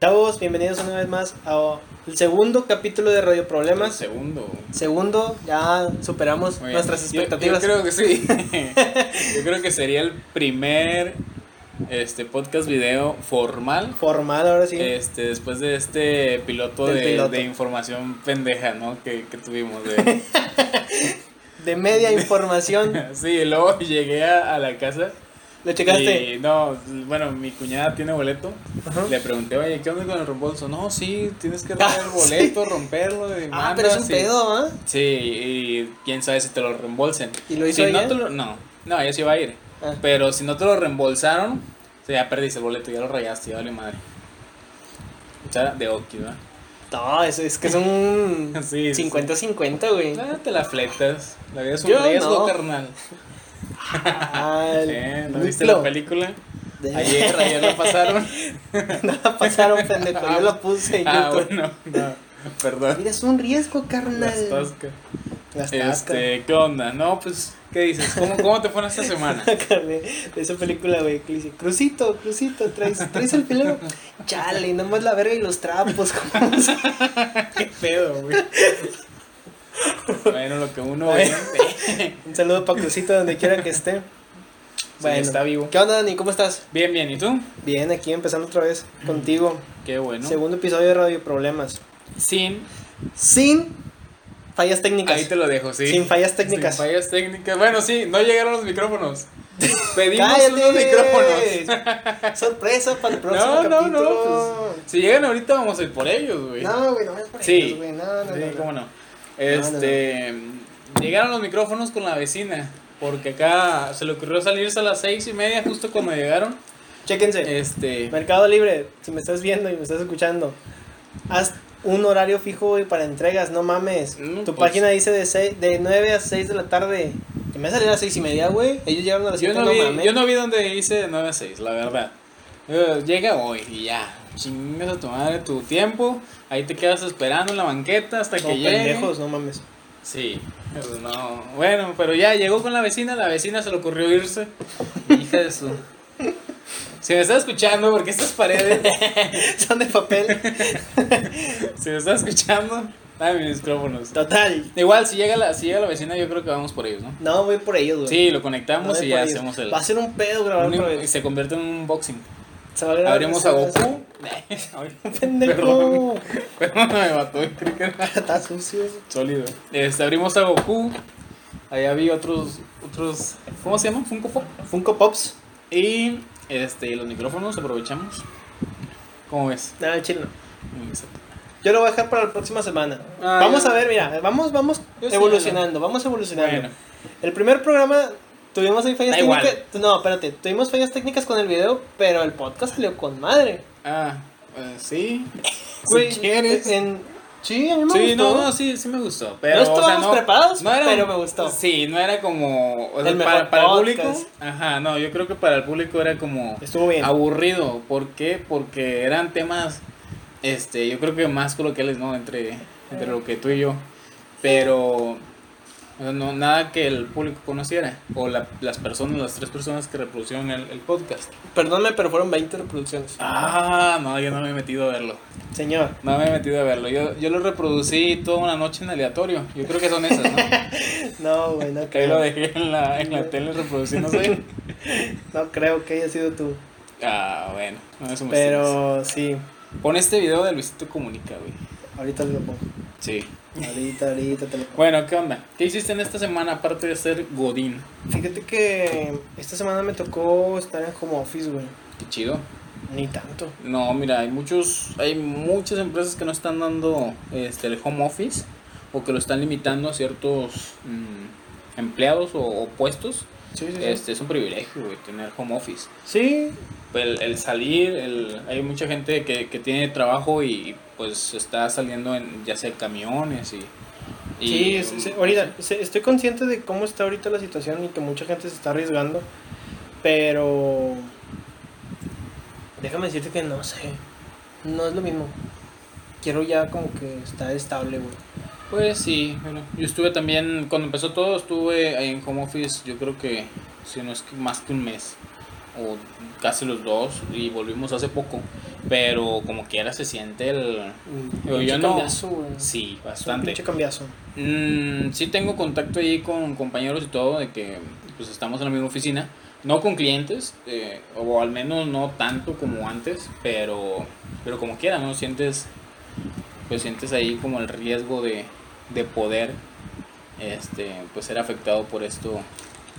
Chavos, bienvenidos una vez más al segundo capítulo de Radio El Problemas. segundo. Segundo, ya superamos Muy bien. nuestras Yo- expectativas. Yo, creo que sí. yo creo que sería el primer este podcast video formal. Formal ahora sí. Este, después de este piloto Del de, piloto. de información pendeja, ¿no? Que, que tuvimos. de- de media información. sí, y luego llegué a, a la casa. ¿Lo checaste? Y no, bueno, mi cuñada tiene boleto. Ajá. Le pregunté, oye, ¿qué onda con el reembolso? No, sí, tienes que Ah, traer el boleto, romperlo. Y Ah, pero es un mandas y- pedo, ¿ah? Sí, y quién sabe si te lo reembolsen. ¿Y lo hizo si ella? No, te lo- no, no, ella sí va a ir. Ah. Pero si no te lo reembolsaron, o sea, ya perdiste el boleto, ya lo rayaste, ya vale madre. O sea, de Oki, ¿verdad? No, es, es que es un Sí, sí, sí. 50-50, güey. Ah, te la fletas. La vida es un Yo riesgo, no. carnal. Al Eh, ¿No viste núcleo. la película? De- Ayer, ayer la pasaron. No la pasaron, pendejo. Yo la puse en ah, YouTube. bueno, no, perdón. Mira, es un riesgo, Las carnal. toscas. Las tascas. Este, ¿qué onda? No, pues, ¿qué dices? ¿Cómo, cómo te fue en esta semana? Carne, de esa película, güey, que le dice, Crucito, Crucito, ¿traes, traes el filero? Chale, nomás la verga y los trapos, ¿cómo se- ¿Qué pedo, güey? Bueno, lo que uno ve. Un saludo para Crucito, donde quiera que esté. Bueno, Bueno, está vivo. ¿qué onda, Dani? ¿Cómo estás? Bien, bien, ¿y tú? Bien, aquí empezando otra vez contigo. Qué bueno. Segundo episodio de Radio Problemas. Sin, Sin fallas técnicas. ahí te lo dejo, sí. Sin fallas técnicas. Sin fallas técnicas. Bueno, sí, no llegaron los micrófonos. Pedimos unos micrófonos. micrófonos. Sorpresa para el próximo No, no, capítulo. no. pues, si llegan ahorita, vamos a ir por ellos, güey. No, güey, no es por Sí. ellos, güey. No, no, Sí, no, no. cómo no. Este, llegaron los micrófonos con la vecina. Porque acá se le ocurrió salirse a las seis y media, justo cuando llegaron. Chéquense. Este. Mercado Libre, si me estás viendo y me estás escuchando, haz un horario fijo güey, para entregas, no mames. Mm, tu pues. página dice de, seis- de 9 a 6 de la tarde. Que me salí a las 6 y media, güey. Ellos llegaron a las Yo 7, no, no, vi, mames. yo no vi dónde hice de 9 a 6, la verdad. Eh, llega hoy y ya. Chingas a tu madre tu tiempo. Ahí te quedas esperando en la banqueta hasta Como que llegue. Oh, pendejos, no mames. Sí. pues no. Bueno, pero ya llegó con la vecina. La vecina se le ocurrió irse. Hija de su. Si me está escuchando, porque estas paredes. Son de papel. Si me está escuchando, dame mis micrófonos. Total. Igual, si llega, la, si llega la vecina, yo creo que vamos por ellos, ¿no? No, voy por ellos, güey. Sí, No, lo voy conectamos y por ya ellos. hacemos el. Va a ser un pedo grabar un- otra y vez. se convierte en un boxing. Se va a grabar Abrimos a otra vez. Goku. Pendejo. Perdón, me mató, creo que era Está sucio. sólido. Este, abrimos a Goku. Allá vi otros, otros, ¿cómo se llaman? Funko Pop. Funko Pops. Y este, los micrófonos aprovechamos. ¿Cómo ves? Nada, chile no. Yo lo voy a dejar para la próxima semana. Ah, vamos ya. a ver, mira, vamos, vamos Yo sí, evolucionando, vamos evolucionando. Bueno, El primer programa tuvimos ahí fallas Da igual. técnicas. No, espérate, tuvimos fallas técnicas con el video, pero el podcast salió con madre. ah, eh, sí. Güey, si quieres. en- sí, a mí me sí, gustó. no, no, sí, sí me gustó. Pero, No o sea, estábamos preparados, no era- pero me gustó. Sí, no era como. o sea, El mejor para, para el público. podcast. Ajá, no, yo creo que para el público era como. Estuvo bien. aburrido. ¿Por qué? Porque eran temas, este, yo creo que más coloquiales, ¿no? Entre, entre lo que tú y yo. Pero o sea, no, nada que el público conociera. O la- las personas, las tres personas que reproducieron el, el podcast. Perdóname, pero fueron 20 reproducciones. Ah, no, yo no me he metido a verlo. Señor, No me he metido a verlo. Yo, yo lo reproducí toda una noche en aleatorio. Yo creo que son esas, ¿no? no, güey, no Que ahí lo creo. dejé en la, en la tele reproduciéndose. No creo que haya sido tú. Ah, bueno. No me subestimes. Pero sí, Pon este video de Luisito Comunica, güey. ahorita lo pongo. Sí. Ahorita, ahorita te lo pongo. Bueno, ¿qué onda? ¿Qué hiciste en esta semana aparte de ser Godín? Fíjate que esta semana me tocó estar en home office, güey. Qué chido. Ni tanto. No, mira, hay muchos, hay muchas empresas que no están dando este, el home office o que lo están limitando a ciertos mm, empleados o, o puestos. Sí, sí, sí. Este es un privilegio, güey, tener home office. Sí, El, el salir, el, hay mucha gente que, que tiene trabajo y pues está saliendo en ya sea camiones y... y- Sí, es- es- ahorita se- estoy consciente de cómo está ahorita la situación y que mucha gente se está arriesgando, pero déjame decirte que no sé, no es lo mismo. Quiero ya como que estar estable, güey. Pues sí, bueno, yo estuve también, cuando empezó todo, estuve ahí en home office, yo creo que, si no es que más que un mes, o casi los dos, y volvimos hace poco. Pero como quiera se siente el... Digo, Pinche yo no... cambiazo, güey. Sí, Es un bastante. pinche cambiazo. Mm, sí tengo contacto ahí con compañeros y todo, de que pues estamos en la misma oficina. No con clientes, eh, o al menos no tanto como antes, pero, pero como quiera, ¿no? Sientes, pues sientes ahí como el riesgo de, de poder este, pues ser afectado por esto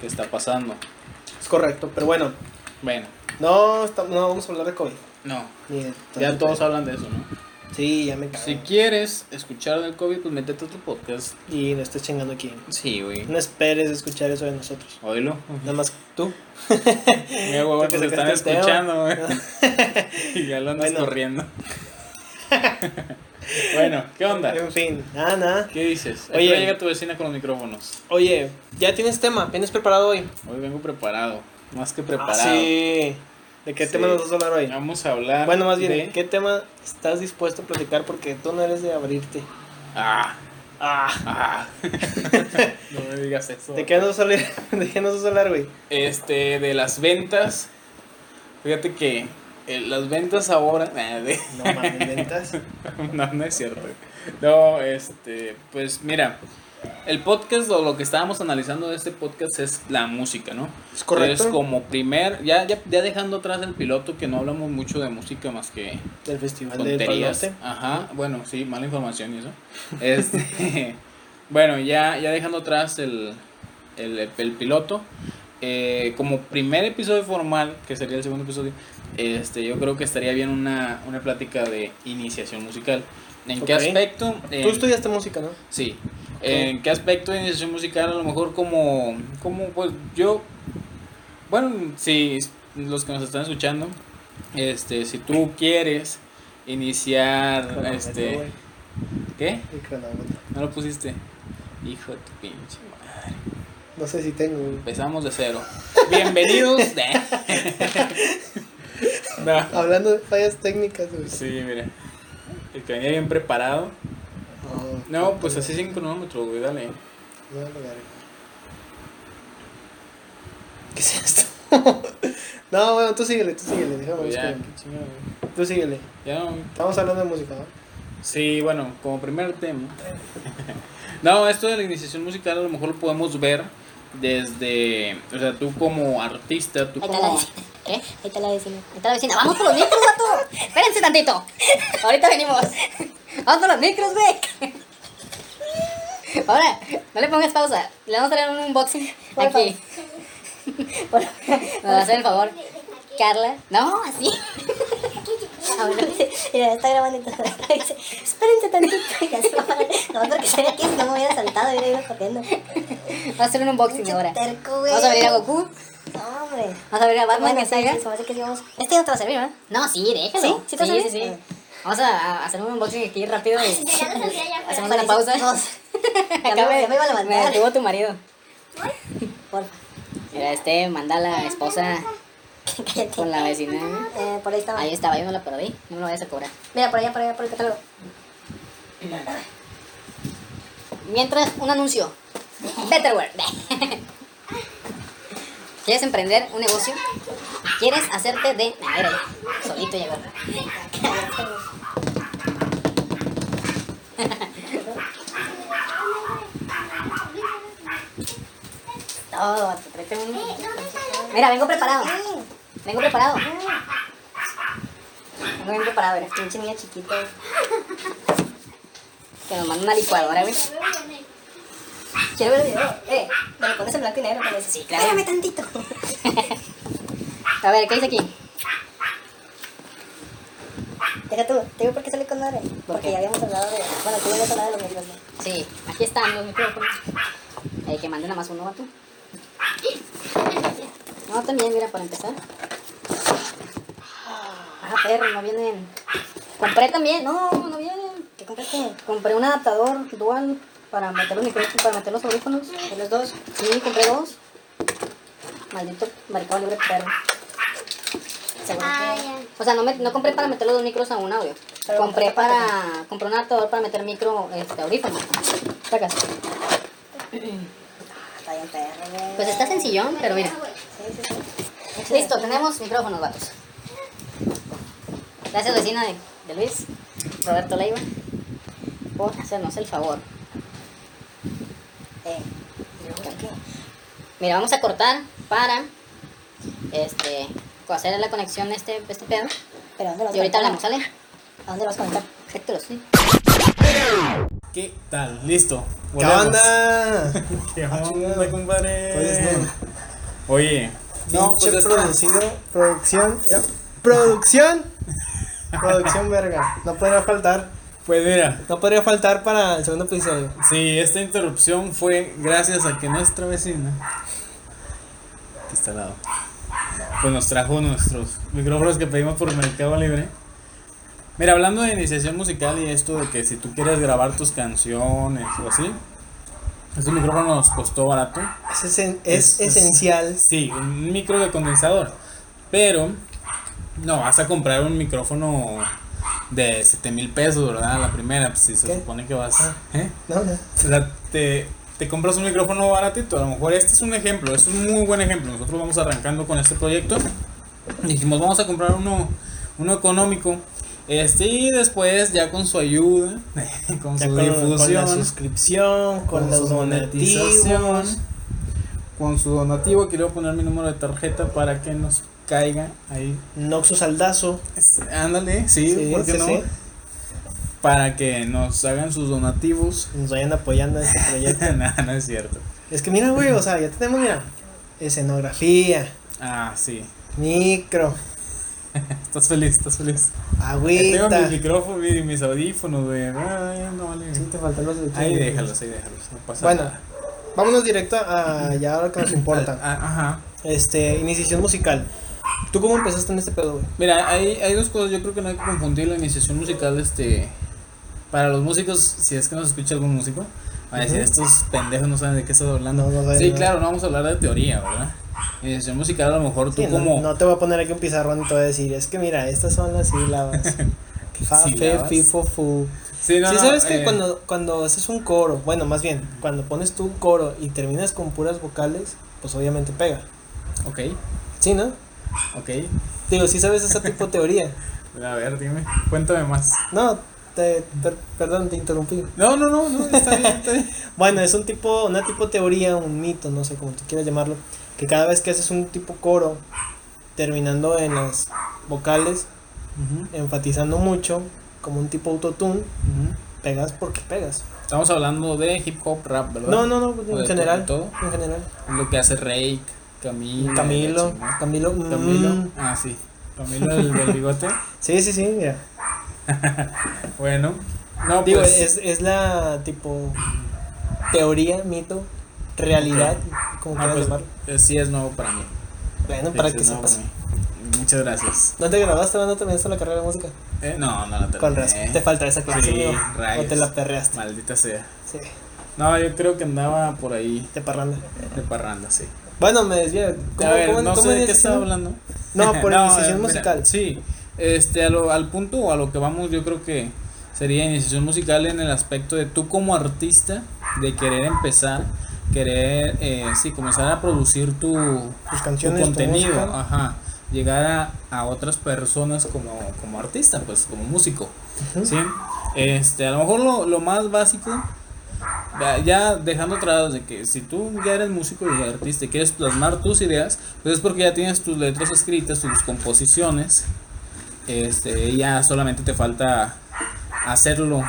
que está pasando. Es correcto, pero bueno, Bueno, no, estamos- no vamos a hablar de COVID. no, Ni de- ya todos hablan de eso, ¿no? Sí, ya me cago. Si quieres escuchar del COVID, pues métete a tu podcast. Y no estés chingando aquí. Sí, güey. No esperes escuchar eso de nosotros. Oílo. Nada más tú. Mira, huevón, Tú que nos están sacaste el escuchando, güey. y ya lo andas Bueno. corriendo. bueno, ¿qué onda? En fin, Ah, nada, nada. ¿Qué dices? Oye. Oye, llega tu vecina con los micrófonos. Oye, ya tienes tema, ¿vienes preparado hoy? Hoy vengo preparado, más que Ah, preparado. sí. ¿De qué Sí. tema nos vas a hablar hoy? Vamos a hablar. Bueno, más bien, de- ¿qué tema estás dispuesto a platicar? Porque tú no eres de abrirte. Ah, Ah, ah. no me digas eso. ¿de qué nos vas a hablar, ¿De qué nos vas a hablar, güey? Este, de las ventas. Fíjate que eh, las ventas ahora. Nah, de- No mames, ventas. No, no es cierto. No, este, pues mira, el podcast o lo que estábamos analizando de este podcast es la música, ¿no? Es correcto. Es como primer, ya, ya, ya dejando atrás el piloto que no hablamos mucho de música más que Del festival de Pal tonterías. Norte. Ajá, bueno, sí, mala información y eso. Este, bueno, ya, ya dejando atrás el, el, el piloto, eh, como primer episodio formal, que sería el segundo episodio, este, yo creo que estaría bien una, una plática de iniciación musical. ¿En qué Ok. aspecto? Tú En- estudiaste música, ¿no? Sí. ¿En qué aspecto de iniciación musical? A lo mejor como, como pues yo, bueno, si los que nos están escuchando, este, si tú quieres iniciar, Cronómetro, este, güey, ¿qué? el cronómetro. No lo pusiste. Hijo de tu pinche madre. No sé si tengo. güey. Empezamos de cero. Bienvenidos. de- no. Hablando de fallas técnicas, güey. Sí, mira. El que venía bien preparado. No, pues así sin cronómetro, güey, dale. No, la verga. ¿Qué es esto? no, bueno, tú síguele, tú síguele, déjame Pues ya, buscar. qué chingado, güey. Tú síguele. Ya no, Estamos hablando de música, ¿no? Sí, bueno, como primer tema. No, esto de la iniciación musical a lo mejor lo podemos ver desde, o sea, tú como artista, tú Ahí está la como... vecina. ¿Eh? Ahí está la vecina. Ahí está la vecina. Vamos por los micros, vato. Espérense tantito. Ahorita venimos. Vamos por los micros, güey. Ahora, no le pongas pausa. Le vamos a hacer un unboxing aquí. Por- Me va a hacer el favor. Carla. No, así. Ahora, Mira, está grabando entonces. Dice, Espérense tantito. Y así va a parar. Lo otro que sale aquí si no me hubiera saltado, hubiera ido corriendo. vamos a hacer un unboxing Pinche ahora. terco, güey. Vamos a abrir a Goku. No, hombre. Vamos a abrir a Batman Bueno, que sí, salga. sí, se me hace que sí vamos- Este no te va a servir, ¿verdad? No, sí, déjalo. ¿Sí? ¿Sí te Ah. sí, sí, sirve? sí. Vamos a, a hacer un unboxing aquí rápido y hacemos una Dice, pausa. Dos. Ya Acá me- ya me iba a levantar. derribó tu marido. Porfa. Mira, este manda a la esposa Cállate. con la vecina. Eh, por ahí estaba. Ahí estaba, yo no la perdí. No me lo vayas a cobrar. Mira, por allá, por allá, por el catálogo. Mientras, un anuncio. Betterware. ¿Quieres emprender un negocio? ¿Quieres hacerte de... Ah, mira, ya. solito llegó. Todo, vato, tráete un- Mira, vengo preparado. Vengo preparado. Vengo bien preparado, mira. Pinche niña chiquita. Que nos manda una licuadora, güey. Quiero ver el video. Eh, me lo pones en blanco y negro. pero dices, Sí, claro. Espérame tantito. A ver, ¿qué dice aquí? Deja tú. Te digo por qué sale con madre. Porque qué? ya habíamos hablado de... Bueno, tú ya habías hablado de los micros, ¿no? Sí, aquí están los micrófonos. Eh, que manden nada más uno, vato. No, también, mira, para empezar. Ah, perro, no vienen. Compré también, no, no vienen. ¿Qué compraste? Compré un adaptador dual para meter los micrófonos, para meter los audífonos. ¿De los dos? Sí, compré dos. Maldito mercado libre perro. Seguro que- Ah, O sea, no, me- no compré para meter los dos micros a un audio. Pero compré compraste para para. Compré un adaptador para meter micro este, audífono. Sacas. Está bien perro, güey. Pues está sencillón, pero mira. Sí, sí, sí. Listo, tenemos micrófonos, vatos. Gracias, vecino de, de Luis, Roberto Leiva, por hacernos el favor. Eh, Mira, vamos a cortar para este hacer la conexión de este, este pedo. Pero ¿dónde lo vas Y ahorita a hablamos, conectar? ¿sale? ¿A dónde lo vas a conectar? Exacto, sí. ¿Qué tal? Listo. ¿Qué volvemos. onda? ¿Qué Ah, onda, chingado. compadre? Pues no. Oye. No, Pinche pues está. producido, producción, ya, producción, producción verga, no podría faltar, Pues mira, no podría faltar para el segundo episodio. sí, esta interrupción fue gracias a que nuestra vecina, que está al lado, pues nos trajo nuestros micrófonos que pedimos por Mercado Libre. Mira, hablando de iniciación musical y esto de que si tú quieres grabar tus canciones o así, este micrófono nos costó barato. Es, esen- es, Es- es- esencial. Sí, un micro de condensador. Pero no vas a comprar un micrófono de 7 mil pesos, ¿verdad? La primera, pues si se ¿Qué? supone que vas. Ah. ¿eh? No, no. O sea, te, te compras un micrófono baratito. A lo mejor este es un ejemplo, es un muy buen ejemplo. Nosotros vamos arrancando con este proyecto. Dijimos, vamos a comprar uno, uno económico. Este, y después, ya con su ayuda, con Ya con, su con difusión, la suscripción, con, con los su monetización, donativos. con su donativo. Aquí le voy a poner mi número de tarjeta para que nos caiga ahí. Noxo Saldazo. Es- Ándale, sí, ¿por qué no? Para que nos hagan sus donativos. Nos vayan apoyando en este proyecto. Nada, no es cierto. es que mira, güey, o sea, ya tenemos, mira, escenografía, Ah, sí. micro, Estás feliz, estás feliz. Eh, Tengo mi agüita. micrófono y mis audífonos, güey. Ay, no vale. Sí, te faltan los de- Ahí déjalos, ahí déjalos. No pasa Bueno, nada. vámonos directo a ya ahora que nos importa. Ah, Ajá. Este, iniciación musical. ¿Tú cómo empezaste en este pedo, güey? Mira, hay, hay dos cosas. Yo creo que no hay que confundir la iniciación musical. Este, para los músicos, si es que nos escucha algún músico, van a decir: Ujú. Estos pendejos no saben de qué estás hablando. No, no saben sí, nada. claro, no vamos a hablar de teoría, ¿verdad? Iniciación musical, a lo mejor Sí, tú no, como. no te voy a poner aquí un pizarrón y te voy a decir, es que mira, estas son las sílabas. Fa, fe, Sílabas. fi, fo, fu. Sí, no, sí, no, sabes que eh, cuando, cuando haces un coro, bueno, más bien, cuando pones tú un coro y terminas con puras vocales, pues obviamente pega. Ok, ¿Sí, no? ok. Digo, sí sabes esa tipo de teoría. A ver, dime, cuéntame más. No, te, per- perdón, te interrumpí. No, no, no, no está bien, está bien. Bueno, es un tipo, una tipo de teoría, un mito, no sé cómo tú quieras llamarlo, que cada vez que haces un tipo coro, terminando en las vocales, Ujú, enfatizando mucho, como un tipo autotune, ujú. pegas porque pegas. Estamos hablando de hip hop rap, ¿verdad? No, no, no, ¿O de en general. todo, de En general. Lo que hace Rake, Camilo. Camilo, la Camilo, mm, chingada. Camilo. Ah, sí. Camilo el del bigote. Sí, sí, sí, mira. Bueno. No, Digo, pues, es, es la tipo teoría, mito, realidad, como no, quieras pues, llamarlo. eh, sí es nuevo para mí. Bueno, Sí, para sí que es nuevo sepas. para mí. Muchas gracias. ¿No te grabaste no terminaste la carrera de música? Eh, no, no la terminé. Con razón, te falta esa clase, Sí, amigo. rayos. O te la perreaste. Maldita sea. Sí, No, yo creo que andaba por ahí te parranda. de parranda, sí. Bueno, me desvié. a ver, no sé de qué iniciaste? estaba hablando. No, por iniciación eh, mira, musical. sí, este, a lo- al punto o a lo que vamos, yo creo que sería iniciación musical en el aspecto de tú como artista, de querer empezar, querer, eh, sí, comenzar a producir tu, Tus tu canciones, tu contenido, Ah, música. ajá, llegar a, a otras personas como, como artista, pues como músico. Ujú. ¿sí? Este, a lo mejor lo, lo más básico, ya- ya dejando atrás de que si tú ya eres músico y artista y quieres plasmar tus ideas, pues es porque ya tienes tus letras escritas, tus composiciones, este, ya solamente te falta hacerlo,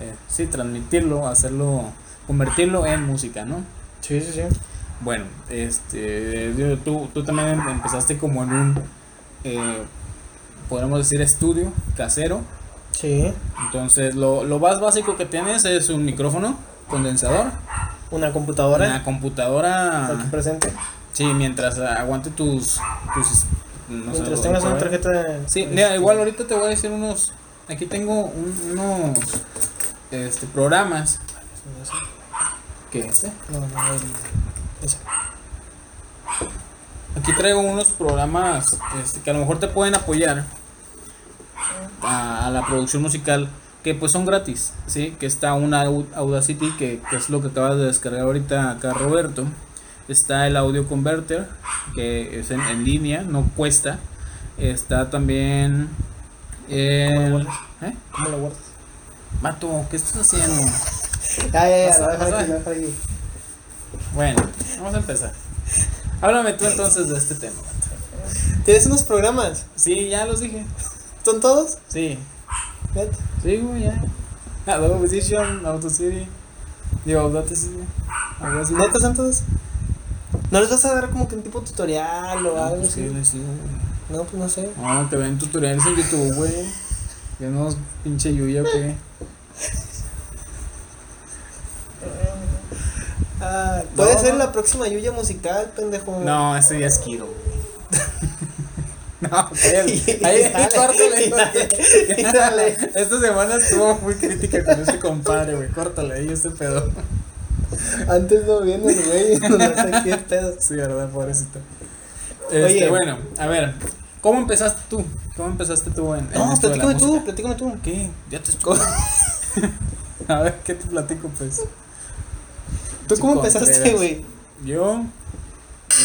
eh, sí, transmitirlo, hacerlo, convertirlo en música, ¿no? Sí, sí, sí. Bueno, este, digo, tú, tú también empezaste como en un, eh, podemos decir, estudio casero. Sí. Entonces, lo, lo más básico que tienes es un micrófono, condensador, Una computadora. una computadora. Aquí presente. Sí, mientras aguante tus. tus no sé, Mientras tengas una proveedores. tarjeta Este. de. Sí, de- mira, igual ahorita te voy a decir unos. Aquí tengo un- unos este, programas. ¿Qué es este? No, no, el- esa. Aquí traigo unos programas este, que a lo mejor te pueden apoyar a, a la producción musical que pues son gratis, ¿sí? Que está una Au- Audacity que, que es lo que acabas de descargar ahorita acá Roberto. Está el Audio Converter que es en, en línea, no cuesta. Está también Eh, ¿Eh? ¿Cómo lo guardas? Vato, ¿qué estás haciendo? Ya, ya, ya, Pasa, lo voy a dejar pasa. aquí, lo voy a dejar aquí. Bueno, vamos a empezar. Háblame tú entonces de este tema. vato. ¿Tienes unos programas? Sí, ya los dije. ¿Son todos? Sí, Neta. sí, güey, ya. Ah, Adobe Position, Auto City. Digo, Audacity City. Audacity. ¿Neta son todos? ¿No les vas a dar como que un tipo tutorial o Ah, algo pues, así? sí, sí, güey. No, pues no sé. No, te ven tutoriales en YouTube, güey. Que no es pinche lluvia, que. Ah, puede No, ser no. la próxima Yuya musical, pendejo. No, ese ya es Kiro, güey. No, güey. Ahí Y dale, córtale, y dale, córtale. y dale. Esta semana estuvo muy crítica con este compadre, güey. Córtale ahí este pedo. Antes no viene el güey, no sé qué pedo. Sí, verdad, pobrecito. Este, Oye. bueno, a ver. ¿Cómo empezaste tú? ¿Cómo empezaste tú en, en No, esto de la platícame tú, música? platícame tú. ¿Qué? Ya te escucho. a ver, ¿qué te platico, pues? ¿Tú cómo Chico empezaste, Contreras. güey? Yo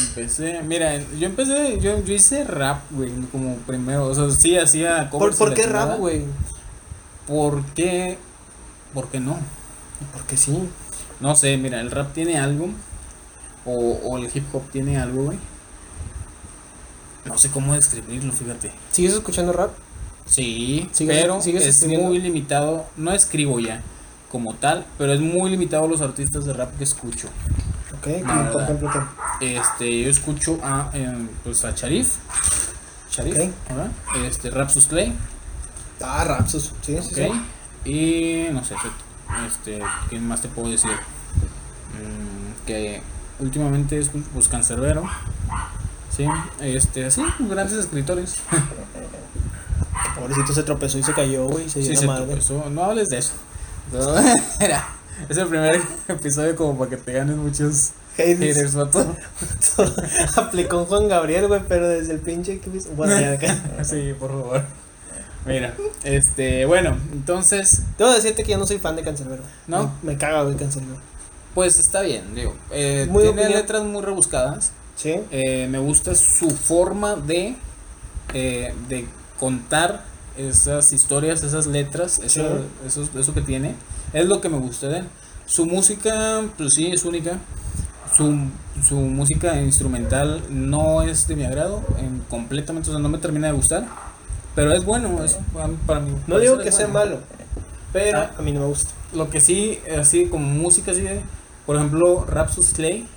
empecé, mira, yo empecé, yo, yo hice rap, güey, como primero, o sea, sí hacía ¿Por, covers y ¿Por la qué chingada. rap, güey? ¿Por qué? ¿Por qué no? Porque sí. No sé, mira, el rap tiene algo, o, o el hip hop tiene algo, güey. No sé cómo describirlo, fíjate. ¿Sigues escuchando rap? Sí, ¿Sigues- pero sigues es escribiendo? muy limitado, no escribo ya como tal, pero es muy limitado los artistas de rap que escucho. Ok, La como por verdad. ejemplo, ¿qué? Este, yo escucho a, em, pues a Sharif. Sharif, Ok. ¿verdad? Este, Rapsus Clay. Ah, rap, sus- sí, sí, sí. ok. Y no sé, te- este, ¿quién más te puedo decir? Mm, que últimamente escucho, pues Cancerbero. Sí, este, sí, grandes escritores. Pobrecito se tropezó y se cayó, güey. Se dio Sí, la se madre. tropezó. No hables de eso. No, Mira, es el primer episodio como para que te ganes muchos Haters. haters, vato. Aplicó un Juan Gabriel, güey, pero desde el pinche que ves- Bueno, ya acá. Sí, por favor. Mira, este, bueno, entonces Tengo que decirte que yo no soy fan de Cancerbero. ¿No? Me, me caga, güey, Cancerbero. Pues está bien, digo. eh, Muy tiene opinión. letras muy rebuscadas. ¿Sí? eh, me gusta su forma de, eh, de contar esas historias, esas letras, eso, eso, eso que tiene. Es lo que me gusta de él. Su música, pues sí, es única. Su, su música instrumental no es de mi agrado en completamente, o sea, no me termina de gustar. Pero es bueno, es, para mí. No digo parecer que es sea bueno. malo, pero Ah. a mí no me gusta. Lo que sí, así como música, así de, por ejemplo, Rapsus Clay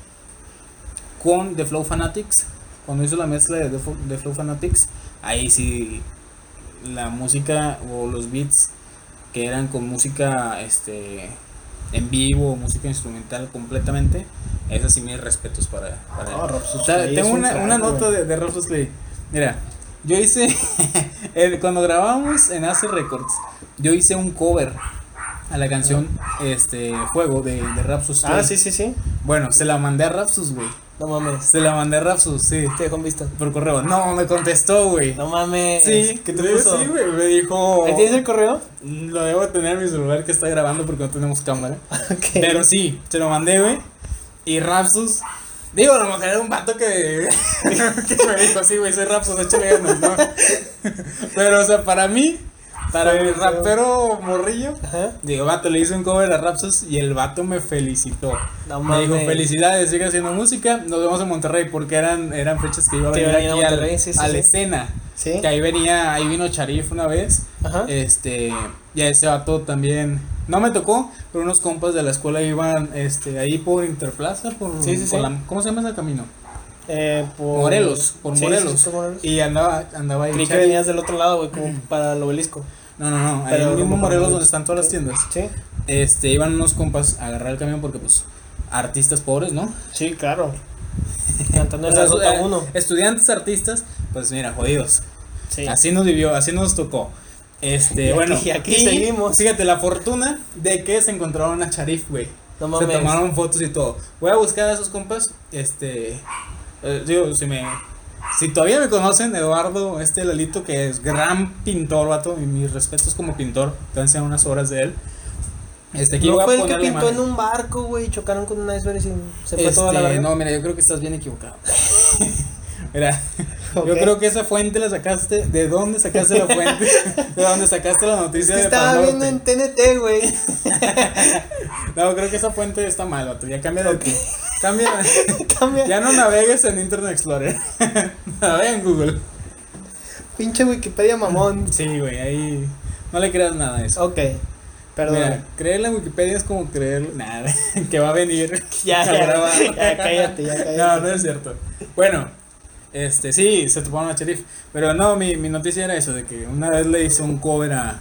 con The Flow Fanatics, cuando hizo la mezcla de The Fo- The Flow Fanatics, ahí sí la música o los beats que eran con música este en vivo, música instrumental completamente, esas sí mis respetos para, para él. No, Rob Sus- Ta- sí, es tengo un una, crack, una güey. nota de, de Rob Huxley. Mira, yo hice. el- cuando grabamos en Ace Records, yo hice un cover a la canción este Juego de, de Rapsus. Ah, sí, sí, sí. Bueno, se la mandé a Rapsus, güey. No mames. Se la mandé a Rapsus, sí. Te dejó en visto. Por correo. No, me contestó, güey. No mames. sí, ¿Qué te sí, puso? sí, güey. Me dijo. ¿Ahí tienes el correo? Lo debo tener en mi celular que está grabando porque no tenemos cámara. Ok. Pero sí, se lo mandé, güey. Y Rapsus. Digo, no me era un vato que, que me dijo, sí, güey, soy Rapsus, échale ganas, ¿no? Pero, o sea, para mí, para Sí, sí. mi rapero morrillo, Ajá. digo, vato, le hice un cover a Rapsus y el vato me felicitó. No me mames. dijo, felicidades, sigue haciendo música, nos vemos en Monterrey, porque eran, eran fechas que iba a Que venir iba a venir a aquí al- Monterrey, sí, sí, a sí. la escena. Sí. Que ahí venía, ahí vino Charif una vez. Ajá. Este, ya ese vato también. No me tocó, pero unos compas de la escuela iban este, ahí por Interplaza, por, Sí, sí, sí. por la- ¿cómo se llama ese camino? Eh, por... Morelos, por Sí, sí, Morelos. sí, por Morelos. Y andaba, andaba ahí. Creí que Charif. venías del otro lado, güey, como para el obelisco. No, no, no, ahí Pero en mismo rumbo por Morelos Morelos. donde están todas las tiendas. Sí. Este, iban unos compas a agarrar el camión porque pues artistas pobres, ¿no? Sí, claro. Cantando O en sea, la estu- ruta eh, 1. estudiantes artistas, pues mira, jodidos. Sí. Así nos vivió, así nos tocó. Este, Y aquí- bueno, y aquí seguimos. Fíjate la fortuna de que se encontraron a Sharif, güey. No se mames. tomaron fotos y todo. Voy a buscar a esos compas. Este, eh, digo, si me si todavía me conocen, Eduardo, este Lalito que es gran pintor, vato, y mis respetos como pintor. Te voy a enseñar unas obras de él. Este, aquí no voy a fue el que poner la pintó en imagen. un barco, güey, chocaron con un iceberg y se se fue toda la Este, verga. No, mira, yo creo que estás bien equivocado. mira, Yo Ok. creo que esa fuente la sacaste. ¿De dónde sacaste la fuente? ¿De dónde sacaste la Es noticia que de estaba Padorte? viendo en TNT, güey. No, creo que esa fuente está mal, vato. Ya cambia de aquí. Cambia. Cambia. Ya no navegues en Internet Explorer. Navega en Google. Pinche Wikipedia mamón. Sí, güey, ahí. No le creas nada a eso. Ok, perdón. Mira, creerle en Wikipedia es como creer. Nada, que va a venir. Ya, a ya, grabar. ya, cállate, ya, cállate. No, no es cierto. Bueno, este, sí, se toparon a Cherif. Pero no, mi, mi noticia era eso: de que una vez le hice un cover a.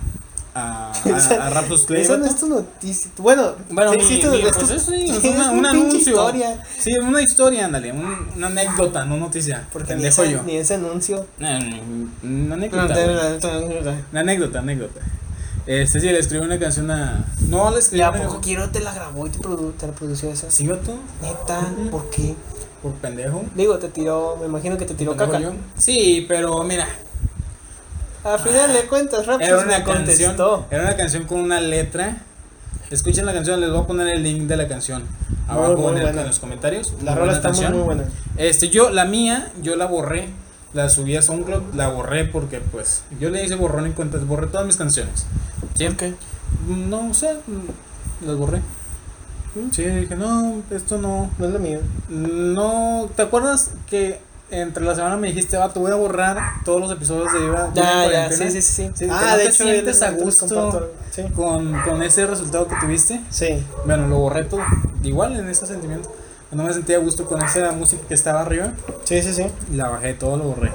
a, a, a Raptus Clay. Esa no vato. es tu noticia. Bueno, Bueno, sí, mi- sí, tu- mi- es tu- pues eso sí, es es una- tu un pinche anuncio. historia. Sí, una historia, ándale, un- una anécdota, no noticia. Porque ni pendejo ese, yo. ni ese anuncio. Mm, Una No, anécdota. no, güey. no, no, no, no. Una anécdota, anécdota. Este sí, le escribí una canción a. No, le escribí. Ya, pues, ¿a una- poco quiero te la grabó y te, produ- te la produció esa? Sí, vato. Neta, ¿por qué? Por pendejo. Digo, te tiró, me imagino que te tiró pendejo caca. yo. Sí, pero mira. Al final de cuentas, Raptus Ah, Era una pues, me canción. contestó. Era una canción con una letra. Escuchen la canción, les voy a poner el link de la canción. Muy, Abajo muy en, el- buena. en los comentarios. La Muy rola buena está muy, canción. muy buena. Este, yo, la mía, yo la borré. La subí a SoundCloud, la borré porque, pues, yo le hice borrón en cuentas, borré todas mis canciones. ¿Sí? No sé, mm, las borré. Mm. Sí, dije, no, esto no. No es lo mío. No, ¿te acuerdas que entre la semana me dijiste, va, te voy a borrar todos los episodios de Viva Viva Ya, en ya, Cuarentena"? sí, sí, sí. Ah, Sí, que no te sientes yo- a yo les comparto- gusto Sí. con, con ese resultado que tuviste. Sí. Bueno, lo borré todo. Igual en ese sentimiento. No me sentía a gusto con esa música que estaba arriba. Sí, sí, sí. Y La bajé todo, lo borré.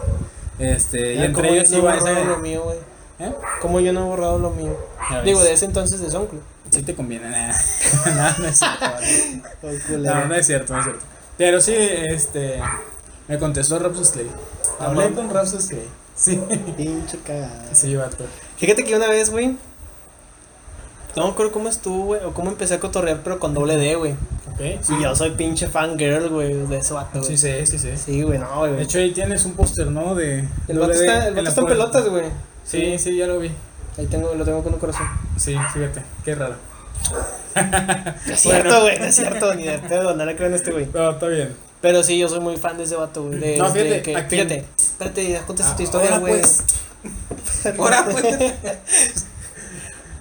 Este, y Ya, entre ¿cómo yo ellos no he iba borrado ese. lo mío, güey. ¿Eh? ¿Cómo yo no he borrado lo mío? Ya Digo, ves. de ese entonces de SoundCloud. Sí te conviene, nada. no, no es cierto. vale. Ay, culero. No, no es cierto, no es cierto. Pero sí, este. Me contestó Rapsus Clay. Hablé mames. con Rapsus Clay. Sí. Pinche cagada. Sí, vato. Fíjate que una vez, güey. No me acuerdo cómo estuvo, güey. O cómo empecé a cotorrear, pero con doble D, güey. Ok. Y yo soy pinche fangirl, güey, de ese vato, güey. Ah. Sí, sí, sí, sí. Sí, güey, no, güey. De hecho, ahí tienes un póster, ¿no? De. el vato W está, el la vato está en puerta. pelotas, güey. Sí, sí, ya lo vi. Ahí tengo, lo tengo con un corazón. Sí, fíjate, qué raro. No es cierto, güey, no es cierto, ni de pedo, no le creo en este güey. No, está bien. Pero sí, yo soy muy fan de ese vato, güey. de- No, de fíjate, que- a quien- fíjate, espérate, ya contesta Ah, tu historia, ahora, güey. pues. Ahora, pues.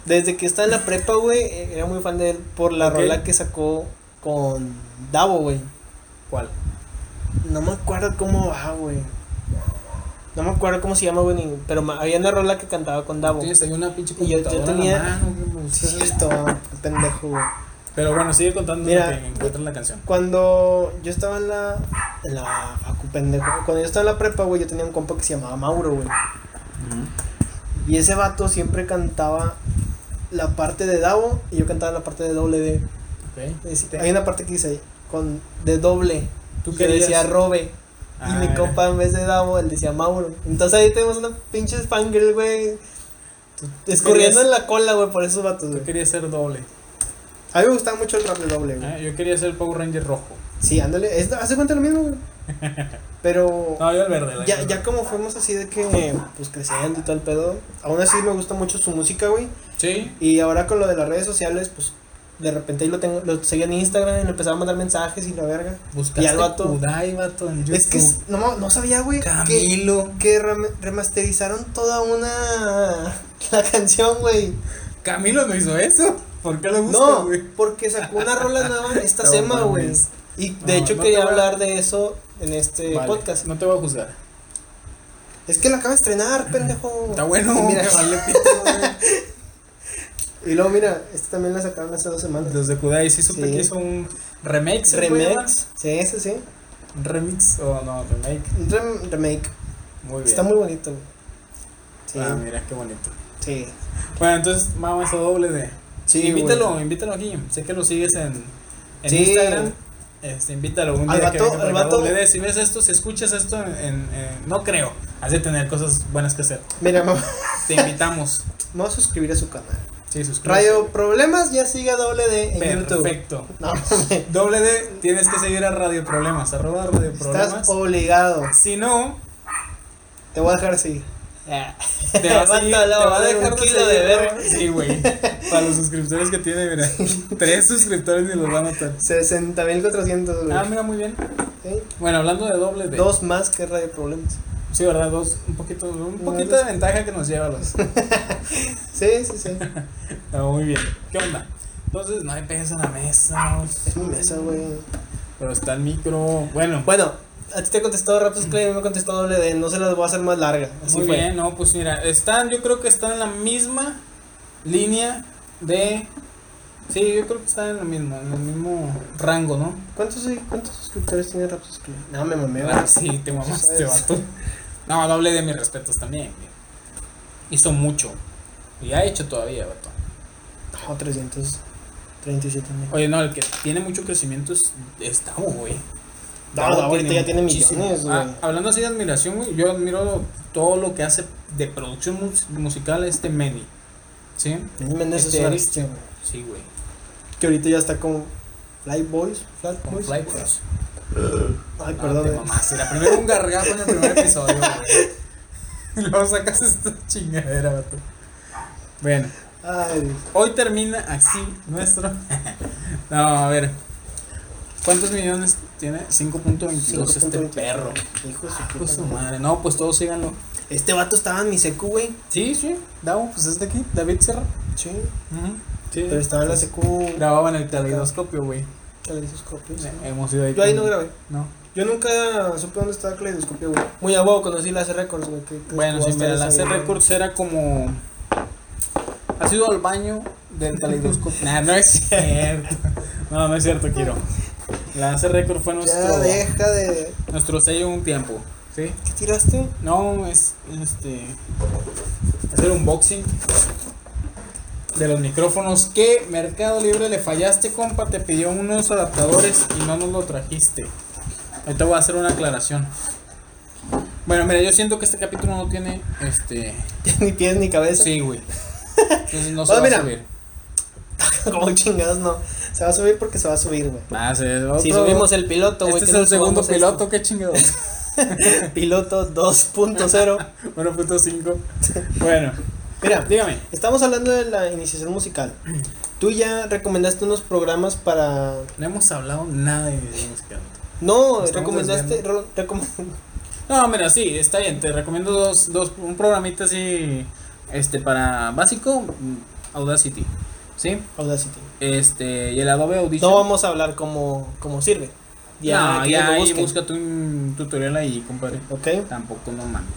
Desde que está en la prepa, güey, eh, era muy fan de él por la Ok. rola que sacó con Davo, güey. ¿Cuál? No me acuerdo cómo va, güey. No me acuerdo cómo se llama, güey, ni- pero ma- había una rola que cantaba con Davo. Tienes ahí una pinche Y yo- yo computadora en tenía- la mano, qué emoción. Sí, cierto, qué pendejo, güey. Pero bueno, sigue contando Mira. lo que encuentras la canción. Cuando yo estaba en la. En la facu, pendejo. Cuando yo estaba en la prepa, güey, yo tenía un compa que se llamaba Mauro, güey. Y ese vato siempre cantaba la parte de Davo y yo cantaba la parte de doble D. Ok. Es- Hay una parte que dice con de doble. ¿Tú que querías? decía Robe. Ah, y mi mira. compa en vez de Davo, él decía Mauro. Entonces ahí tenemos una pinche fangirl, güey. Escurriendo querías- en la cola, güey, por esos vatos, Yo güey. quería ser doble. A mí me gustaba mucho el rap de doble, güey. Ah, Yo quería ser el Power Ranger rojo. Sí, ándale. Es, hace cuenta lo mismo, güey. Pero. No, yo el verde. la Ya, neta. ya como fuimos así de que, pues creciendo y todo el pedo, aún así me gusta mucho su música, güey. Sí. Y ahora con lo de las redes sociales, pues de repente ahí lo tengo, lo seguía en Instagram y le empezaba a mandar mensajes y la verga. Buscaste Y al vato- Kudai, vato, en YouTube. Es que es- no, no sabía, güey, que, Camilo. que rem- remasterizaron toda una. la canción, güey. Camilo no hizo eso. ¿Por qué lo buscas, No, güey? porque sacó una rola nueva en esta No sema, güey. mames. Y de No, hecho no te quería voy a- hablar de eso en este Vale, podcast. No te voy a juzgar. Es que la acaba de estrenar, pendejo. Está bueno. Y mira, me vale pito, güey. Y luego, mira, esta también la sacaron hace dos semanas. Los de Kudai sí supe Sí. que hizo un remake. ¿se puede Remix. Sí, sí, sí. llamar? Remix o no, remake. Un rem- remake. Muy bien. Está muy bonito. güey. Sí, Ah, mira, qué bonito. sí. Bueno, entonces vamos a doble de. Sí, invítalo, güey. invítalo aquí. Sé que lo sigues en, en Sí. Instagram. Este, invítalo un Al día que vato- venga para al acá, vato- doble D. Si ves esto, si escuchas esto, en, en- en- no creo. Has de tener cosas buenas que hacer. Mira, me voy- Te invitamos. me voy a suscribir a su canal. Sí, suscríbete. Radio Problemas ya sigue a doble D en YouTube. Perfecto. No, mames, Doble D, tienes que seguir a Radio Problemas. Arroba Radio Problemas. estás obligado. Si no, Te voy a dejar así. Ah. te va a, seguir- Vato, te le va va a a dar dejar un de kilo de seguir, verga. ¿no? Sí, güey. Para los suscriptores que tiene, mira. Tres suscriptores y los van a notar. 60.400, güey. Ah, mira, muy bien. ¿Sí? Bueno, hablando de doble D. Dos más que Radio Problemas. Sí, ¿verdad? Dos, un poquito, un poquito de ventaja que nos lleva los. Sí, sí, sí. No, muy bien. ¿Qué onda? Entonces, no hay peso en la mesa. no sé. Es mi mesa, güey. Pero está el micro. Bueno, Bueno, a ti te contestó Raptors Clay, a mí me contestó doble D. No se las voy a hacer más larga. Así muy fue. bien, no, pues mira, están, yo creo que están en la misma línea de. Sí, yo creo que están en lo mismo, en el mismo rango, ¿no? ¿Cuántos, ¿Cuántos suscriptores tiene Raptors Clay? No, me mamé. güey. Ah, sí, te mamaste, sabes. vato. No, doble de mis respetos también. güey. Hizo mucho. Y ha hecho todavía, vato. No, 337 mil. Oye, no, el que tiene mucho crecimiento es, es Davo, güey. Davo, Davo ahorita ya tiene muchísimo. millones, güey. Ah, hablando así de admiración, güey, yo admiro todo lo que hace de producción mus- musical este Manny. ¿Sí? Méndez Este es una Eric. bestia, güey. Sí, güey. Que ahorita ya está con Fly Boys. Flat Con Boys. Fly Boys. Ay, No, perdón. te eh. mamaste. La primera un gargajo en el primer episodio, güey. Y luego sacas esta chingadera, vato. Bueno. Ay, Hoy termina así nuestro. no, a ver. ¿Cuántos millones tiene? 5.22 este 5.22. perro. hijo de su puta Hijo de su madre. madre. No, pues todos síganlo. Este vato estaba en mi secu, güey. Sí, sí. Davo, pues es de aquí. David Serra. Sí. Sí. Pero estaba en la secu. Grababan el caleidoscopio, güey. Caleidoscopio, sí. Hemos ido ahí. pues. Yo ahí no con- grabé. No. Yo nunca supe dónde estaba Caleidoscopio, güey. Muy a huevo conocí la C Records, güey. que- que Bueno, estuvo si hasta me la esa, hace güey. Records era como. ¿Has ido al baño del caleidoscopio? nah, no es cierto. No, no es cierto, Kiro. La hace Record fue nuestro. Ya deja de. nuestro sello un tiempo, ¿sí? ¿Qué tiraste? No, es este hacer un unboxing de los micrófonos que Mercado Libre le fallaste, compa, te pidió unos adaptadores y no nos lo trajiste. Ahorita voy a hacer una aclaración. Bueno, mira, yo siento que este capítulo no tiene este ni pies ni cabeza. sí, güey. Entonces no se Bueno, mira. va a subir. Como chingados, no. Se va a subir porque se va a subir, güey. Ah, sí, Si subimos el piloto, güey. este es que no el segundo subamos piloto, qué chingados. esto. Piloto 2.0. 1.5. Bueno, Mira, dígame. estamos hablando de la iniciación musical. Tú ya recomendaste unos programas para. No hemos hablado nada de música. No, Estamos recomendaste. ro- recom- No, mira, sí, está bien. Te recomiendo dos, dos un programita así, este, para básico, mm, Audacity, ¿sí? Audacity. Este, y el Adobe Audition. No vamos a hablar cómo, cómo sirve. ya, que ya, lo ahí busquen. búscate un tutorial ahí, compadre. Ok. Tampoco, no mames.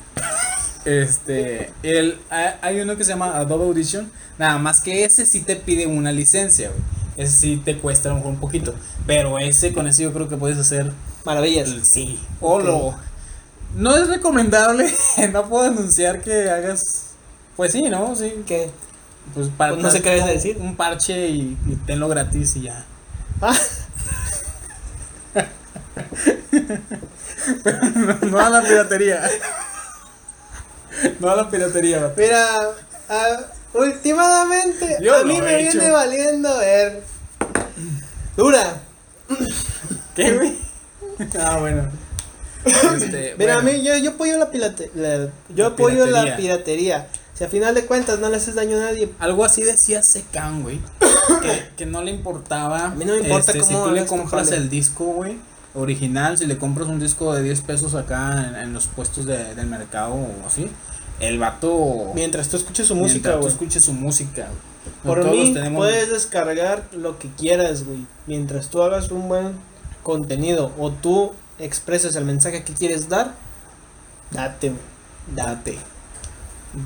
Este, el, ha- hay uno que se llama Adobe Audition. Nada más que ese sí te pide una licencia, güey. Ese sí te cuesta a lo mejor un poquito. Pero ese, con ese yo creo que puedes hacer Maravillas. Sí. O lo- No es recomendable, no puedo anunciar que hagas. Pues sí, ¿no? Sí. ¿Qué? Pues, para, Pues no sé qué vas a decir. Un parche y, y tenlo gratis y ya. Ah, no a la piratería. no a la piratería, vato. mira, a- últimamente Yo a lo mí he me hecho. viene valiendo ver. Dura. ¿Qué, güey? ah, bueno. Este, Mira, bueno. a mí yo, yo apoyo la, pilate- la- yo La apoyo la piratería. piratería. Si a final de cuentas no le haces daño a nadie, Algo así decía Secan, güey. Que, que no le importaba. A mí no me importa si cómo tú le hagas tu compras jale. el disco, güey. Original, si le compras un disco de 10 pesos acá en, en los puestos de- del mercado o así, el vato. mientras tú escuches su mientras música, tú güey. escuches su música, güey. No Por todos mí tenemos- puedes descargar lo que quieras, güey. Mientras tú hagas un buen contenido o tú expreses el mensaje que quieres dar, date, güey. Date.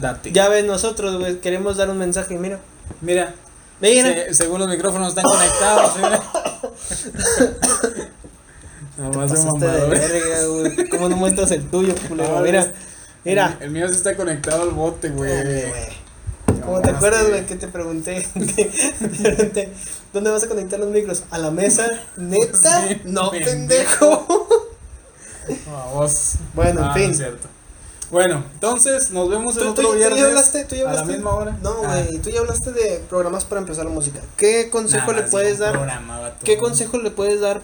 Date. Ya ves, nosotros, güey, queremos dar un mensaje, mira. Mira, Mira, se- según los micrófonos están conectados, mira. Nomás de pasaste mamado, de güey. verga, güey. ¿Cómo no muestras el tuyo, culero? No, Mira, ves. mira. El, el mío sí está conectado al bote, Dale, güey. güey. No Como te más, acuerdas, tío. güey, que te pregunté, que te pregunté, ¿dónde vas a conectar los micros? ¿A la mesa? ¿Neta? Sí, no, pendejo. pendejo. Vamos. Bueno, en Ah, fin. es cierto. Bueno, entonces nos vemos el ¿Tú, tú- otro tú viernes. ya hablaste, tú ya a la hablaste. misma hora. No, Ah. güey, tú ya hablaste de programas para empezar la música. ¿Qué consejo Nada, le puedes sí, dar? programa, vato. ¿Qué consejo le puedes dar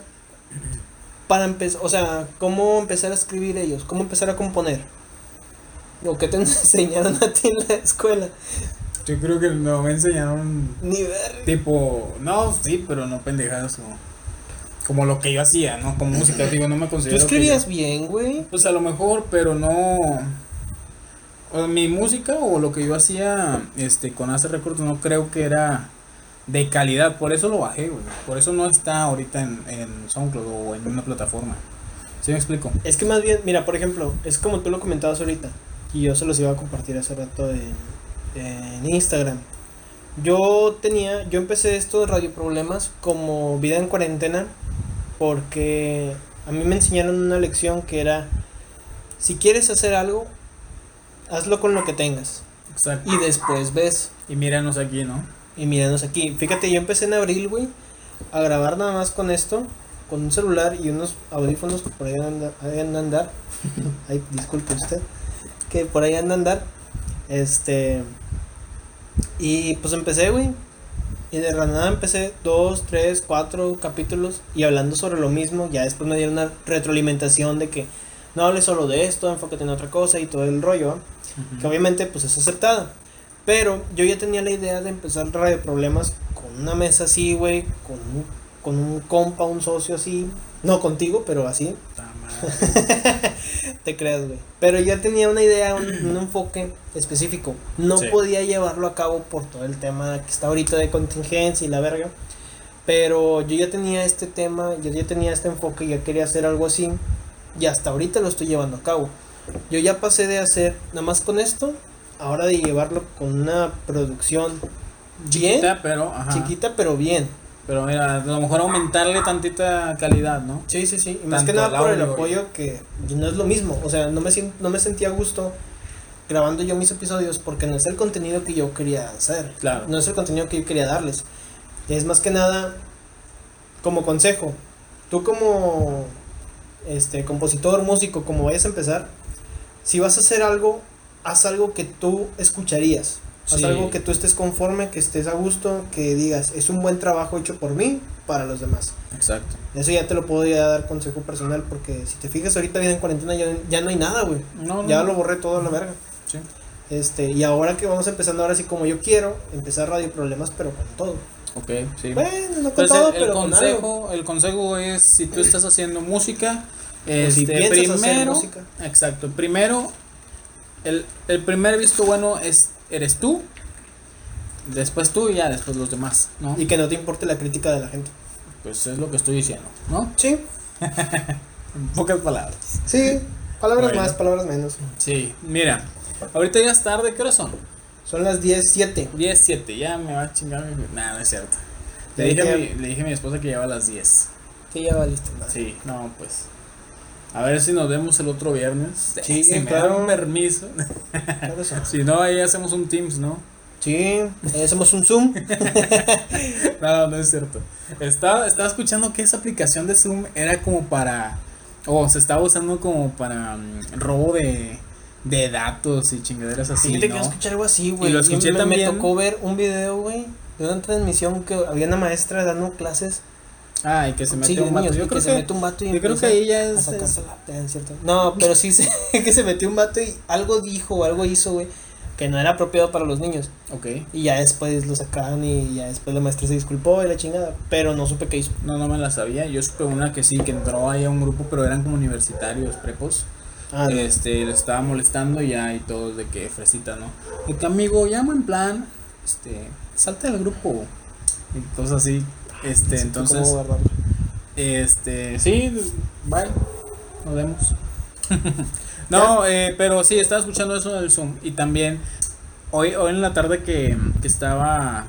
para empezar, o sea, cómo empezar a escribir ellos, cómo empezar a componer? ¿O qué te enseñaron a ti en la escuela? Yo creo que no me enseñaron Ni ver. tipo, no, sí, pero no pendejadas como Como lo que yo hacía, ¿no? Con música, digo, no me Tú considero. que escribías bien, güey. yo- pues a lo mejor, pero no. o sea, mi música o lo que yo hacía este, con Ace Records no creo que era de calidad. Por eso lo bajé, güey. Por eso no está ahorita en, en SoundCloud o en una plataforma. ¿Sí me explico? Es que más bien, mira, por ejemplo, es como tú lo comentabas ahorita, y yo se los iba a compartir hace rato en, en Instagram. Yo tenía, yo empecé esto de Radio Problemas como vida en cuarentena, porque a mí me enseñaron una lección que era, si quieres hacer algo, hazlo con lo que tengas, Exacto. y después ves. Y míranos aquí, ¿no? Y míranos aquí. Fíjate, yo empecé en abril, güey, a grabar nada más con esto, con un celular y unos audífonos que por ahí andan andan a andar. Ay, disculpe usted. Que por ahí andan a andar. Este. Y pues empecé, güey. Y de la nada empecé dos, tres, cuatro capítulos y hablando sobre lo mismo. Ya después me dieron una retroalimentación de que no hables solo de esto, enfócate en otra cosa y todo el rollo, ¿va? que obviamente pues es aceptada. Pero yo ya tenía la idea de empezar Radio Problemas con una mesa así, güey, con un, con un compa, un socio así, no contigo, pero así, Puta madre. te creas, güey. Pero ya tenía una idea, un, un enfoque específico. No Sí. podía llevarlo a cabo por todo el tema que está ahorita de contingencia y la verga. Pero yo ya tenía este tema, yo ya tenía este enfoque, ya quería hacer algo así. Y hasta ahorita lo estoy llevando a cabo. Yo ya pasé de hacer nada más con esto, ahora de llevarlo con una producción bien, Chiquita, pero. Ajá. chiquita pero bien. Pero mira, a lo mejor aumentarle tantita calidad, ¿no? Sí, sí, sí. Y más que Tanto nada por el audio, apoyo que no es lo mismo. O sea, no me, sien- no me sentía a gusto grabando yo mis episodios porque no es el contenido que yo quería hacer. Claro. No es el contenido que yo quería darles. Es más que nada como consejo. Tú como este compositor, músico, como vayas a empezar, si vas a hacer algo, haz algo que tú escucharías. Haz Sí. algo que tú estés conforme, que estés a gusto, que digas, es un buen trabajo hecho por mí para los demás. Exacto. Eso ya te lo podría dar consejo personal porque si te fijas ahorita bien en cuarentena ya, ya no hay nada, güey. No, no, Ya no. lo borré todo a la verga. Sí. Este, y ahora que vamos empezando ahora sí como yo quiero, empezar Radio Problemas pero con todo. Ok, sí. Bueno, no con Entonces, todo, el, el pero con algo. consejo, el consejo es si tú estás haciendo música, este, si piensas hacer primero, música. exacto, primero, el, el primer visto bueno es eres tú, después tú y ya después los demás, ¿no? Y que no te importe la crítica de la gente. pues es lo que estoy diciendo, ¿no? Sí, En pocas palabras. sí. Palabras Bueno. más, palabras menos. Sí, mira, ahorita ya es tarde, ¿qué hora son? Son las 10.07. 10, 7, ya me va a chingar mi... Nah, no es cierto. Ya Le dije, a mi, dije- le dije a mi esposa que lleva a las 10. Sí, ya valiste. madre. Sí, no, pues. A ver si nos vemos el otro viernes. Sí, si me claro. dan un permiso. Claro que sí. Si no, ahí hacemos un Teams, ¿no? Sí, ahí hacemos un zoom. No, no es cierto. Estaba, estaba escuchando que esa aplicación de Zoom era como para. O se estaba usando como para mm, robo de, de datos y chingaderas así. Fíjate que ¿no? yo escuché algo así, güey. Y lo escuché me, también. Me tocó ver un video, güey, de una transmisión que había una maestra dando clases. Ah, y que se con mete sí, de un vato. niños, Yo y creo que, se que, mete un vato y yo creo empieza que ahí ya a es. sacarse es- la peda, ¿cierto? No, pero sí sé que se metió un vato y algo dijo o algo hizo, güey, que no era apropiado para los niños. Ok. Y ya después lo sacaron y ya después la maestra se disculpó y la chingada, pero no supe qué hizo. No, no me la sabía. Yo supe una que sí, que entró ahí a un grupo, pero eran como universitarios, prepos. Ah, no. este, le estaba molestando y ya y todos de que fresita, ¿no? De que amigo, llamo en plan, este, salte del grupo. Y cosas así. Este, Sí, entonces, ¿cómo guardarlo? este, sí, bye. Nos vemos. no, eh, pero sí, estaba escuchando eso del Zoom. Y también, hoy, hoy en la tarde que, que estaba,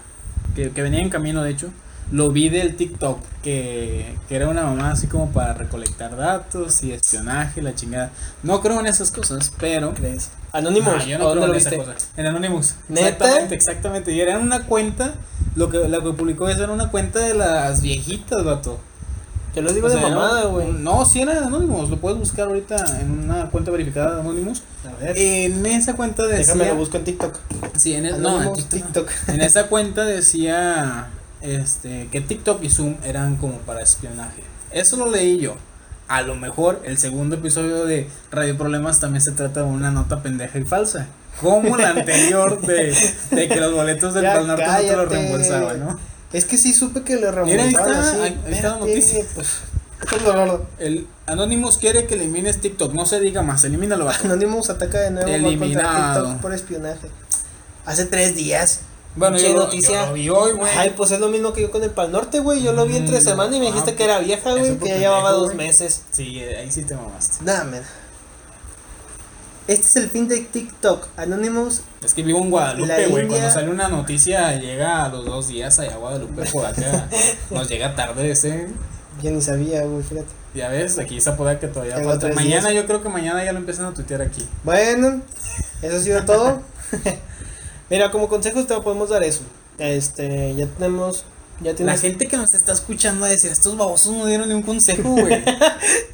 que, que venía en camino, de hecho, lo vi del TikTok, que, que era una mamá así como para recolectar datos y espionaje, la chingada. No creo en esas cosas, pero... ¿Crees? Anonymous, No, Ah, yo ¿o no creo dónde en lo esa viste? cosa. En Anonymous. ¿Neta? Exactamente, exactamente. Y era una cuenta, lo que, la que publicó eso era una cuenta de las viejitas, vato. Yo lo digo O de sea, era mamada, un- güey. No, si era de Anonymous, lo puedes buscar ahorita en una cuenta verificada de Anonymous. A ver, En esa cuenta decía. Eh, déjame lo busco en TikTok. Sí, en, el- no, en Anonymous TikTok. TikTok. En esa cuenta decía este, que TikTok y Zoom eran como para espionaje. Eso lo leí yo. A lo mejor el segundo episodio de Radio Problemas también se trata de una nota pendeja y falsa. Como la anterior de, de que los boletos del Ya Pal Norte no te los cállate. reembolsaban, ¿no? Es que sí supe que lo Mira, ahí remontaron está, así. ahí- ahí está la Espérate, noticia. pues, Tonto gordo. El Anonymous quiere que elimines TikTok, no se diga más, elimínalo, vato. Anonymous ataca de nuevo va contra Eliminado. TikTok por espionaje. Hace tres días. Bueno, Pinche yo, lo- noticia. yo lo vi hoy, güey. Ay, pues es lo mismo que yo con el Pal Norte, güey. Yo lo vi entre Mm, semana y me ah, dijiste que era vieja, eso güey. Que por ya pendejo, llevaba dos güey. meses. Sí, eh, ahí sí te mamaste. Nada, man. Este es el fin de TikTok. Anonymous Es que vivo en La Guadalupe, güey. India- Cuando sale una noticia, llega a los dos días allá a Guadalupe por acá. Nos llega tarde ese. Ya ni sabía, güey, fíjate. Ya ves, aquí esa poda que todavía Tengo falta. tres Mañana, días. yo creo que mañana ya lo empiezan a tuitear aquí. Bueno, eso ha sido todo. Mira, como consejos te podemos dar eso. Este, ya tenemos, ya La tienes. gente que nos está escuchando va a decir: Estos babosos no dieron ni un consejo, güey.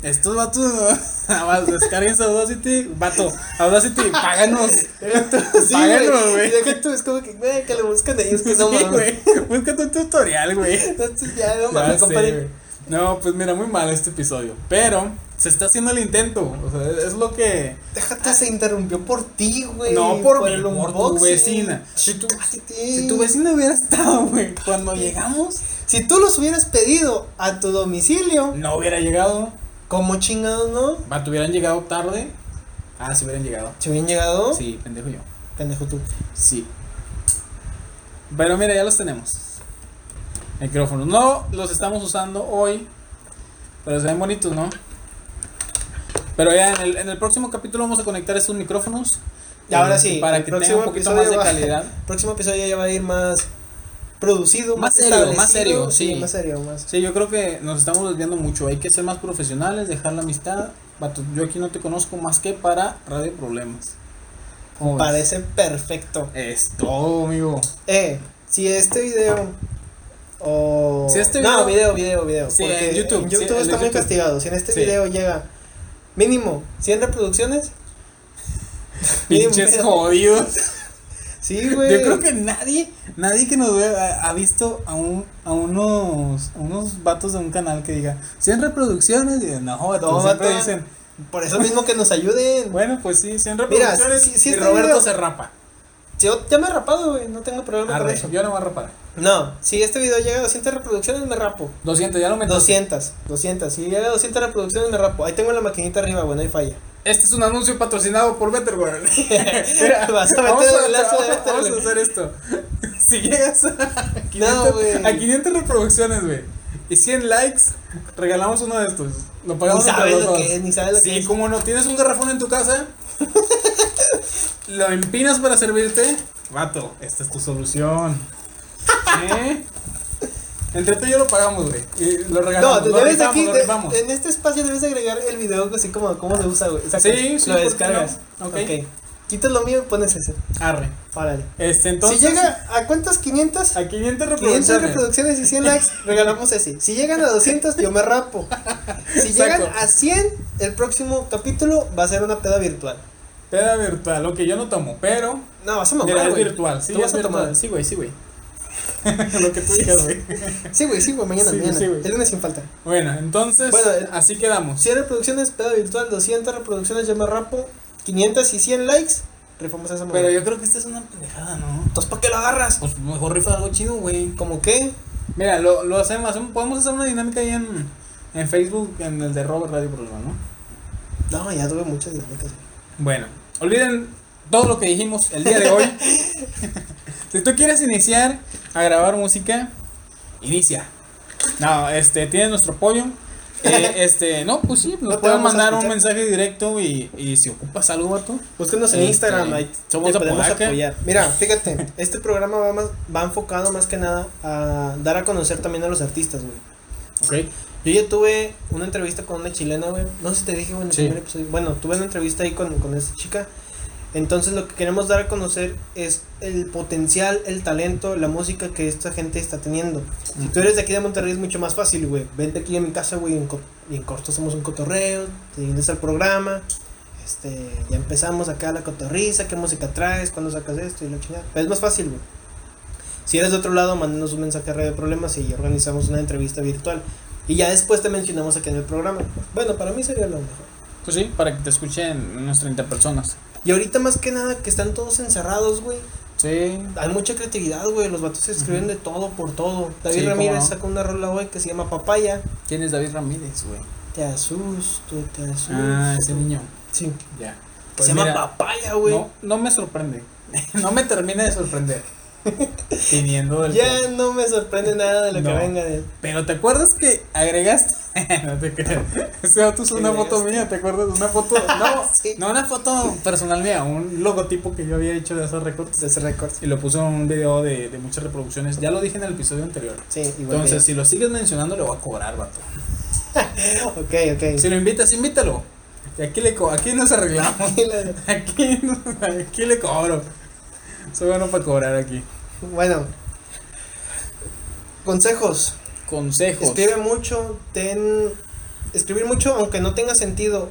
Estos vatos. nada más Descarguen Audacity. Vato, Audacity, páganos. Sí, Páganos, güey. güey. Y deja tú, es como que, güey, que lo buscan ellos que Sí, no mames. güey. Búscate un tutorial, güey. Entonces ya no Ya mames, sé, compadre. güey. No, pues mira, muy mal este episodio. Pero se está haciendo el intento. O sea, es lo que. Déjate, se interrumpió por ti, güey. no por, mi- el por tu unboxing. Ah, vecina. Si tu, Cállate. si tu vecina hubiera estado, güey, cuando llegamos, Si tú los hubieras pedido a tu domicilio, no hubiera llegado. ¿cómo chingados no? Va, te hubieran llegado tarde. Ah, si hubieran llegado. ¿Se hubieran llegado? Sí, pendejo yo. Pendejo tú. Sí. Pero mira, ya los tenemos. Micrófonos. No los estamos usando hoy. Pero se ven bonitos, ¿no? Pero ya en el, en el próximo capítulo vamos a conectar esos micrófonos. Y ahora Este, sí, Para el que tenga próximo un poquito episodio más de va- calidad. próximo episodio ya va a ir más producido, Más serio, más establecido. serio, sí. Más serio, más. Sí, yo creo que nos estamos desviando mucho. Hay que ser más profesionales, dejar la amistad. Vato, yo aquí no te conozco más que para Radio Problemas. ¿Cómo ves? Parece perfecto. Es todo, amigo. Eh, si este video o Si este no, video- video, video, video, Sí, porque en YouTube, sí, el de está muy YouTube. castigado. Si en este Sí. video llega mínimo 100 reproducciones, Bien, Pinches pero- jodidos. sí, güey. Yo creo que nadie, nadie que nos vea ha, ha visto a, un, a unos, a unos vatos de un canal que diga 100 reproducciones. Y no, vato, No, siempre vato. dicen, por eso mismo que nos ayuden. bueno, pues sí, 100 Mira, reproducciones. si- si y este Roberto video- se rapa. Yo ya me he rapado, güey, no tengo problema con Arre, eso. yo no voy a rapar. No, si este video llega a 200 reproducciones me rapo. 200, ya lo aumenté. 200, 200. Si llega a 200 reproducciones me rapo. Ahí tengo la maquinita arriba, bueno, ahí falla. Este es un anuncio patrocinado por Better World. Mira, Vas a meter vamos, el enlace de este vamos- vamos a Betterware. hacer esto. Si llegas a 500, güey. a 500 reproducciones, güey, y 100 likes, regalamos uno de estos. Lo Ni pagamos entre sabes los lo dos. que es, ni sabes lo Sí, que es. como no tienes un garrafón en tu casa, lo empinas para servirte. Vato, esta es tu solución. ¿Eh? Entre tú y yo lo pagamos, güey. Y lo No, regalamos. te lo debes de rifamos, aquí, lo de- rifamos. en este espacio debes de agregar el video así como cómo se usa, güey. Sacas, Sí, sí, lo ¿por qué descargas. no? Ok. Ok. Quitas lo mío y pones ese. Arre. Párale. Este, entonces. si llega a cuántas 500, a 500 500 reproducciones. reproducciones y 100 likes, regalamos ese. Si llegan a 200, yo me rapo. Si llegan Saco. a 100, el próximo capítulo va a ser una peda virtual. Peda virtual, lo que yo no tomo, pero. No, vas a Mira, mamar, es güey. virtual, sí, Tú vas es a virtual. tomar. Sí, güey, sí, güey. lo que tú digas, güey. Sí, güey, sí, güey, mañana, Sí, mañana. sí, güey. el lunes sin falta. Bueno, entonces, Bueno, eh, así quedamos. 100 reproducciones, peda virtual, 200 reproducciones, yo me rapo. 500 y 100 likes, rifamos esa mamá. Pero yo creo que esta es una pendejada, ¿no? Entonces, ¿para qué lo agarras? Pues mejor rifa algo chido, güey. ¿Cómo qué? Mira, lo, lo hacemos, hacemos- podemos hacer una dinámica ahí en, en Facebook, en el de Robert Radio Problema, ¿no? No, ya tuve muchas dinámicas. güey. Bueno, olviden todo lo que dijimos el día de hoy. si tú quieres iniciar a grabar música, inicia. No, este, tienes nuestro apoyo. Eh, este, no, pues sí, nos te pueden vamos a mandar un escuchar. mensaje directo y, y si ocupas algo, vato. Búscanos en Este, Instagram, ahí somos te podemos Apodaca. apoyar. Mira, fíjate, este programa va, más, va enfocado más que nada a dar a conocer también a los artistas, güey. Ok. Yo ya tuve una entrevista con una chilena, güey. No sé si te dije, güey, en el Sí. primer episodio. Bueno, tuve una entrevista ahí con, con esta chica. Entonces, lo que queremos dar a conocer es el potencial, el talento, la música que esta gente está teniendo. Si tú eres de aquí de Monterrey, es mucho más fácil, güey. Vente aquí a mi casa, güey, en co- y en corto hacemos un cotorreo. Te vienes al programa. Este, ya empezamos acá la cotorriza. ¿Qué música traes? ¿Cuándo sacas esto? Y la chingada. Pero es más fácil, güey. Si eres de otro lado, mándanos un mensaje a Radio Problemas y organizamos una entrevista virtual. Y ya después te mencionamos aquí en el programa. Bueno, para mí sería lo mejor. Pues sí, para que te escuchen unas 30 personas. Y ahorita más que nada que están todos encerrados, güey. Sí. Hay mucha creatividad, güey. Los vatos escriben de todo por todo. David Sí, cómo Ramírez no. saca una rola, güey, que se llama Papaya. ¿Quién es David Ramírez, güey? Te asusto, te asusto. Ah, ese niño. Sí. Ya. Que Pues se mira, llama Papaya, güey. No, no me sorprende. No me termina de sorprender. Viniendo del. Ya no me sorprende nada de lo que No. venga de él. Pero te acuerdas que agregaste. no te creas. Ese dato es una foto Agregaste. mía, ¿te acuerdas? Una foto. No, Sí. no una foto personal mía, un logotipo que yo había hecho de esos recortes. De ese récord. Y lo puse en un video de, de muchas reproducciones. Ya lo dije en el episodio anterior. Sí, igual. Entonces, si lo sigues mencionando, le voy a cobrar, vato. que- Ok, ok. Si lo invitas, invítalo. Y aquí, le co- aquí nos arreglamos. Aquí, nos- aquí le cobro. Soy bueno para cobrar aquí. Bueno. Consejos. Consejos. Escribe mucho, ten... Escribir mucho, aunque no tenga sentido,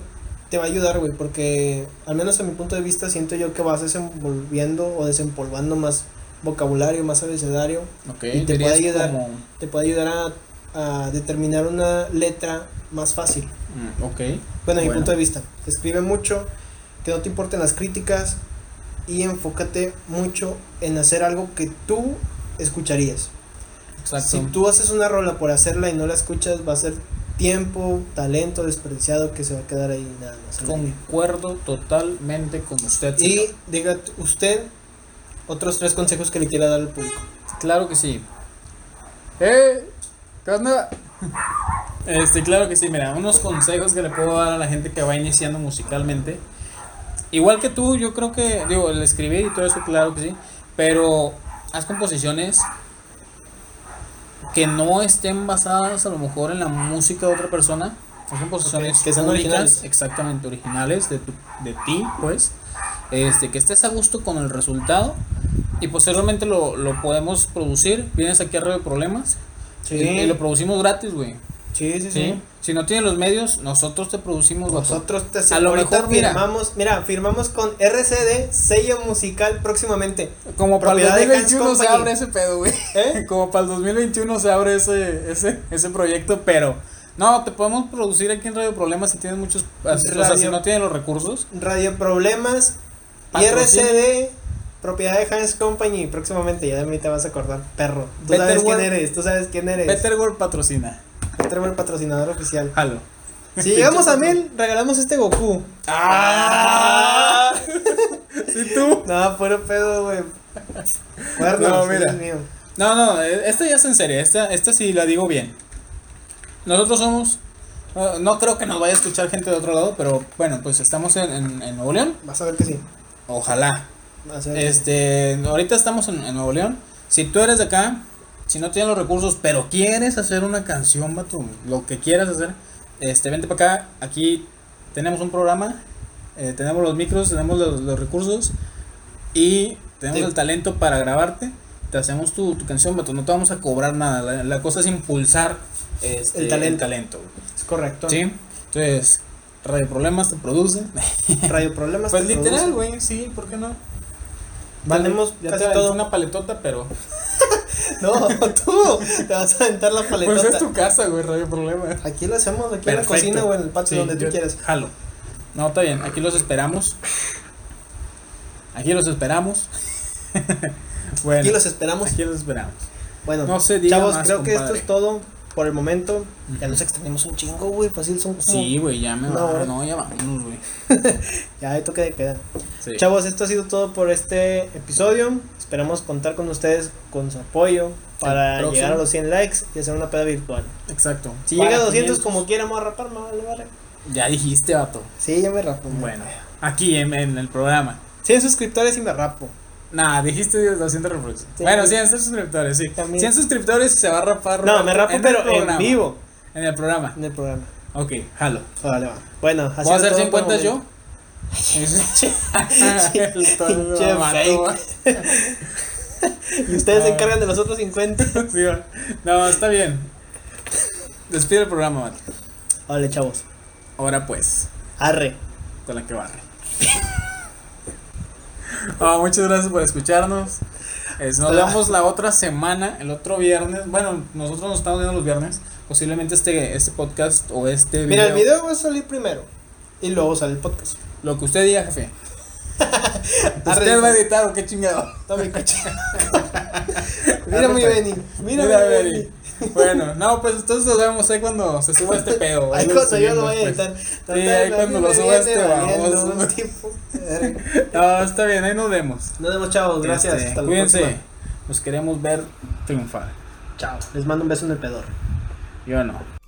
te va a ayudar, güey, porque al menos a mi punto de vista siento yo que vas desenvolviendo o desempolvando más vocabulario, más abecedario, Ok, y te dirías puede ayudar. como- te puede ayudar a, a determinar una letra más fácil. Mm, ok. Bueno, a mi Bueno. punto de vista, escribe mucho, que no te importen las críticas y enfócate mucho en hacer algo que tú escucharías. Exacto. Si tú haces una rola por hacerla y no la escuchas, va a ser tiempo, talento desperdiciado que se va a quedar ahí nada más. Concuerdo totalmente con usted. Y señor. diga t- usted otros tres consejos que le quiera dar al público. claro que sí. ¡Eh! ¿Qué onda? Este, claro que sí, mira, unos consejos que le puedo dar a la gente que va iniciando musicalmente. Igual que tú, yo creo que, digo, el escribir y todo eso, claro que sí, pero haz composiciones que no estén basadas a lo mejor en la música de otra persona, haz composiciones Ok, que sean únicas, originales. exactamente originales de, tu- de ti, pues, este, que estés a gusto con el resultado y posteriormente lo, lo podemos producir, vienes aquí a Radio Problemas y, y eh, lo producimos gratis, güey. sí, sí, ¿sí? sí. Si no tienes los medios, nosotros te producimos vato. Nosotros te A lo ahorita mejor, mira. firmamos, mira, firmamos con RCD, sello musical próximamente. Como para el Propiedad de Hans 2021 se Company. abre ese pedo, güey. ¿Eh? Como para el 2021 se abre ese, ese, ese proyecto, pero no, te podemos producir aquí en Radio Problemas si tienes muchos. así- O sea, si Radio- no tienes los recursos. Radio Problemas y Patrocinio. RCD, propiedad de Hans Company. Próximamente, ya de mí te vas a acordar, perro. Tú Better sabes quién World- eres, tú sabes quién eres. Better World patrocina. Better World patrocinador oficial. Halo. Si llegamos a mil, regalamos este Goku. ¡Ah! ¿Sí tú? No, puro pedo, güey. Cuernos, No, mira. Dios mío. No, no, eh, esta ya es en serio. Esta, esta sí la digo bien. Nosotros somos. eh, No creo que nos vaya a escuchar gente de otro lado, pero bueno, pues estamos en, en, en Nuevo León. Vas a ver que sí. Ojalá. Vas a ver que sí. Este, ahorita estamos en, en Nuevo León. Si tú eres de acá, si no tienes los recursos, pero quieres hacer una canción, vato, lo que quieras hacer, este, vente para acá. Aquí tenemos un programa, eh, tenemos los micros, tenemos los, los recursos y tenemos Sí. el talento para grabarte. Te hacemos tu, tu canción, vato, no te vamos a cobrar nada. La, la cosa es impulsar este, El talento. güey. Es correcto. ¿Sí? Entonces, Radio Problemas te produce. Radio Problemas. Pues te literal, produce. güey, sí, ¿por qué no? Tenemos ya casi te todo. todo. una paletota, pero. No, tú te vas a aventar la paletota. Pues es tu casa, güey, radio problema. Aquí lo hacemos, aquí Perfecto. en la cocina o en el patio, Sí, donde tú yo quieras. Jalo. No, está bien, aquí los esperamos. Aquí los esperamos. bueno, Aquí los esperamos. aquí los esperamos. Bueno, No se diga chavos, más, creo que esto compadre. es todo por el momento. Ya nos extendimos un chingo, güey. Fácil son como- Sí, güey, ya me No, va. ahora- No, ya vámonos, güey. Ya, hay toque de queda. Sí. Chavos, esto ha sido todo por este episodio. Esperamos contar con ustedes, con su apoyo, para próximo. llegar a los 100 likes y hacer una peda virtual. Exacto. Si Para llega a 200, 500, como quiera, me voy a rapar, me vale, vale. Ya dijiste, vato. Sí, ya me rapo. me Bueno, rapo. aquí en, en el programa. 100 suscriptores y me rapo. Nah, dijiste 200 reproducciones. Sí. Bueno, 100 suscriptores, sí. También. 100 suscriptores se va a rapar. No, Roberto, me rapo, el pero en programa. vivo En el programa. en el programa. Ok, jalo. Vale, va. Bueno, ha ¿Voy sido a hacer todo por el 50 yo? momento. Pinche Y ustedes se Ah. encargan de los otros 50. Sí, va. No, está bien. Despide el programa, Matt. Vale, chavos. Ahora pues, Arre. con la que barre. Ah, muchas gracias por escucharnos. Es- nos Hola. vemos la otra semana, el otro viernes. Bueno, nosotros nos estamos viendo los viernes. Posiblemente este, este podcast o este video. Mira, el video va a salir primero. Y luego sale el podcast. Lo que usted diga, jefe. Usted va a editar o qué chingado. Toma mi coche. Mira mi Benny. Mira, pues. Mira, mi Benny. Benny. Bueno, no, pues entonces nos vemos ahí cuando se suba este pedo. Ahí lo cuando yo lo subimos, voy a pues. editar. Sí, ahí cuando lo suba este vamos. baboso. No, está bien, ahí nos vemos. Nos vemos, chavos. Gracias. Este, Hasta la cuídense. próxima. Nos queremos ver triunfar. Chao. Les mando un beso en el pedor. Yo no.